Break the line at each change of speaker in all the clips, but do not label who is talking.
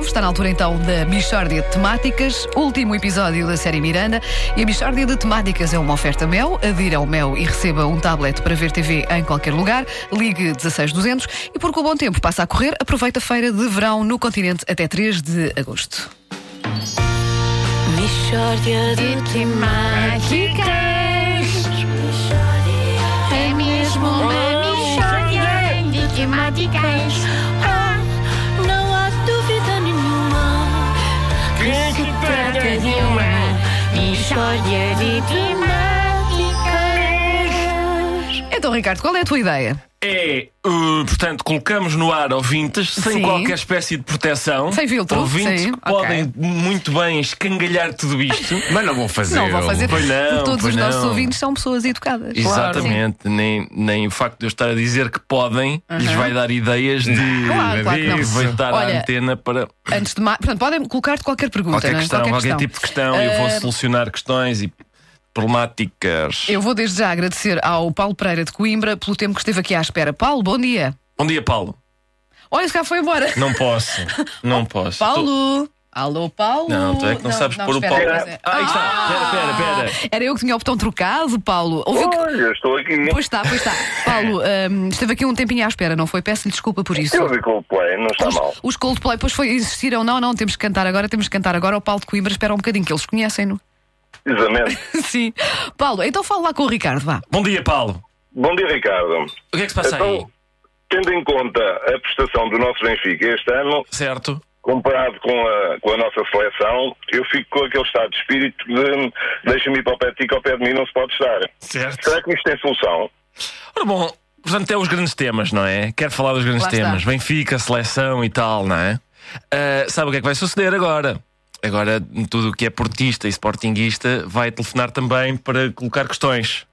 Está na altura então da Michórdia de Temáticas, último episódio da série Miranda. E a Michórdia de Temáticas é uma oferta Mel. Adira ao Mel e receba um tablet para ver TV em qualquer lugar. Ligue 16200 e porque o bom tempo passa a correr, aproveita a feira de verão no continente até 3 de agosto.
Mishória de temáticas É mesmo uma mishória de temáticas Ah, não há dúvida nenhuma Que se trata de uma mishória de temáticas
Então, Ricardo, qual é a tua ideia?
É, uh, portanto, colocamos no ar ouvintes sem
Sim.
qualquer espécie de proteção.
Sem filtro,
Ouvintes
sim,
que
ok.
podem muito bem escangalhar tudo isto.
Mas não vão fazer.
Não vou fazer.
Pois não,
porque todos
pois
os nossos
não.
ouvintes são pessoas educadas.
Exatamente, nem, nem o facto de eu estar a dizer que podem lhes vai dar ideias de
Claro, claro que não.
aproveitar
Olha,
a antena para
Antes de mais, portanto, podem colocar-te qualquer pergunta,
qualquer
não é?
questão, qualquer, tipo de questão. Eu vou solucionar questões e problemáticas.
Eu vou desde já agradecer ao Paulo Pereira de Coimbra pelo tempo que esteve aqui à espera. Paulo, bom dia.
Bom dia, Paulo.
Olha, se cá foi embora.
Não posso, não posso. Tu-
Paulo! Alô, Paulo!
Não, tu é que não, sabes pôr o
espera,
Paulo.
mas é-
Ah, aí está. Pera, pera, pera.
Era eu que tinha o botão trocado, Paulo. Ouviu que...
Olha, eu estou aqui.
Pois está, pois está. Paulo, hum, esteve aqui um tempinho à espera, não foi? Peço-lhe desculpa por isso.
Eu vi com o play, não
tá
está
Os,
mal.
os Coldplay, pois foi, insistiram, não, não, temos que cantar agora, temos que cantar agora. O Paulo de Coimbra espera um bocadinho, que eles conhecem-no.
Precisamente.
Sim. Paulo, então fala lá com o Ricardo, vá.
Bom dia, Paulo.
Bom dia, Ricardo.
O que é que se passa aí?
Então, tendo em conta a prestação do nosso Benfica este ano,
Certo.
comparado com a, com a nossa seleção, eu fico com aquele estado de espírito de deixa-me ir para o pé de ti, que ao pé de mim não se pode estar.
Certo.
Será que isto tem solução?
Ora bom, portanto é os grandes temas, não é? Quero falar dos grandes
Lá está.
temas. Benfica, seleção e tal, não é? Ah, sabe o que é que vai suceder agora? Agora tudo o que é portista e sportinguista vai telefonar também para colocar questões.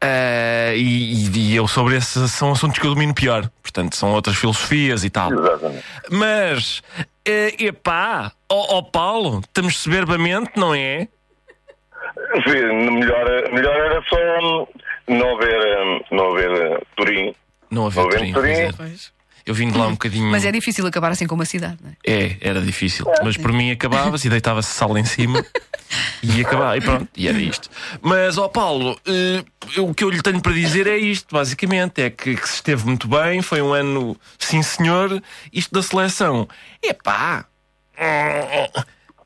Ah, e, e- e eu sobre esse são assuntos que eu domino pior. Portanto, são outras filosofias e tal.
Exatamente.
Mas, eh, epá, ó ó Paulo, estamos soberbamente, não é?
Vê, Melhor, melhor era só hum, não haver, hum, não haver uh, Turim.
Não havia
Ouvimos
Turim,
Turim.
pois é. Eu vim de lá um bocadinho.
Mas é difícil acabar assim com uma cidade, não é?
É, era difícil. Mas por mim acabava-se e deitava-se sal em cima e acabava. E pronto, e era isto. Mas, ó Paulo, eh, o que eu lhe tenho para dizer é isto, basicamente. É que, que se esteve muito bem, foi um ano, sim senhor. Isto da seleção. Epá!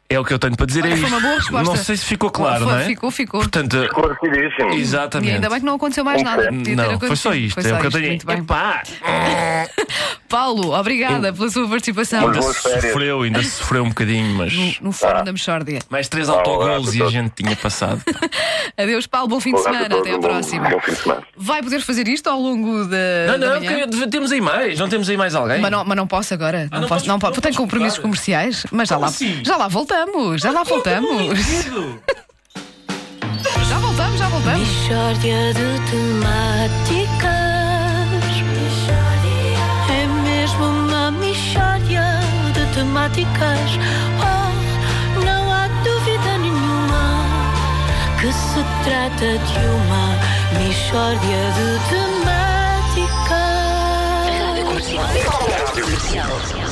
É o que eu tenho para dizer. é
Olha, foi
isto.
uma boa resposta.
Não sei se ficou claro,
Foi-
não é?
Ficou, ficou.
Portanto,
Claridíssimo.
E
exatamente.
ainda bem que não aconteceu mais nada.
Não,
Podia ter
Não, foi
acontecido.
só isto.
Foi
é
só
o que eu
isto.
tenho.
Muito bem.
Epá!
Paulo, obrigada pela sua participação
Ainda
Muito
se
boas férias.
sofreu, ainda se sofreu um bocadinho, mas.
no
tá.
Fórum da Mexórdia.
Mais três
olá,
autogolos e a
pessoal.
gente tinha passado.
Adeus, Paulo, bom fim de
Olá a
semana.
todos,
Até à
um bom-
próxima.
Bom fim de semana.
Vai poder fazer isto ao longo da. da
Não, não,
manhã?
que- temos aí mais, não temos aí mais alguém.
Mas não, mas não posso agora. não,
Ah,
posso,
não podes-
não
não
posso. Tenho
podes
compromissos
falar.
comerciais, mas já
Como
lá,
assim?
já lá voltamos. Já lá voltamos. Já voltamos, já voltamos.
Mishória de temáticas É mesmo uma mishória de temáticas Oh, não há dúvida nenhuma Que se trata de uma mishória de temáticas